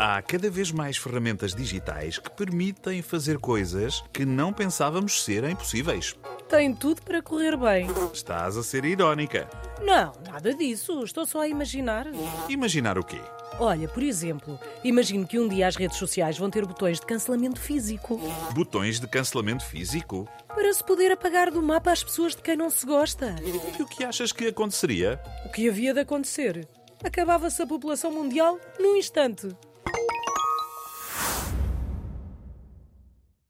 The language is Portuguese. Há cada vez mais ferramentas digitais que permitem fazer coisas que não pensávamos serem possíveis. Tem tudo para correr bem. Estás a ser irónica. Não, nada disso. Estou só a imaginar. Imaginar o quê? Olha, por exemplo, imagino que um dia as redes sociais vão ter botões de cancelamento físico Botões de cancelamento físico? para se poder apagar do mapa as pessoas de quem não se gosta. E o que achas que aconteceria? O que havia de acontecer? Acabava-se a população mundial num instante.